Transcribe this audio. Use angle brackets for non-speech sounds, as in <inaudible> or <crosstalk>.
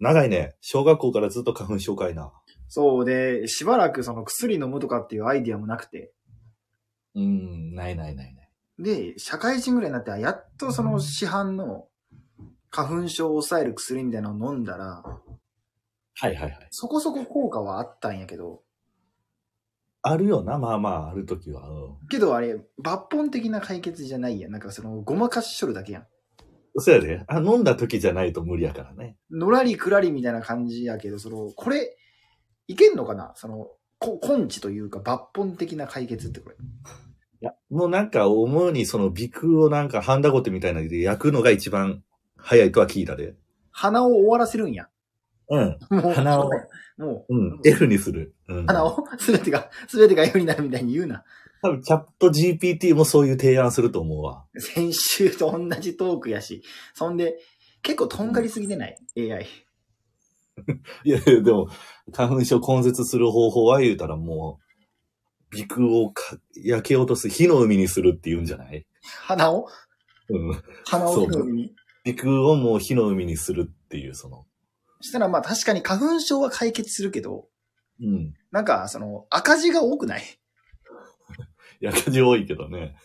長いね。小学校からずっと花粉症かいな。そうで、しばらくその薬飲むとかっていうアイディアもなくて、うん、ないないないない。で、社会人ぐらいになって、やっとその市販の花粉症を抑える薬みたいなのを飲んだら、はいはいはい。そこそこ効果はあったんやけど、あるよな、まあまあ、あるときは。うんけどあれ、抜本的な解決じゃないやん。なんかその、ごまかししょるだけやん。そうやで。あ飲んだ時じゃないと無理やからね。のらりくらりみたいな感じやけど、その、これ、いけんのかなその、こ根治というか抜本的な解決ってこれ。いや、もうなんか思うにその鼻腔をなんかハンダゴテみたいなので焼くのが一番早いとは聞いたで。鼻を終わらせるんや。うん。もう鼻を。もうん。F にする。うん。う、鼻を、すべてが、すべてが F になるみたいに言うな。多分チャット GPT もそういう提案すると思うわ。 <laughs> 先週と同じトークやし。そんで、結構とんがりすぎてない、AI。いやいや、でも、花粉症根絶する方法は言うたらもう、鼻腔をか焼け落とす、火の海にするって言うんじゃない鼻をうん。鼻を切るに。鼻腔をもう火の海にするっていう、その。したらまあ確かに花粉症は解決するけど、うん。なんかその赤字が多くないやかじ多いけどね。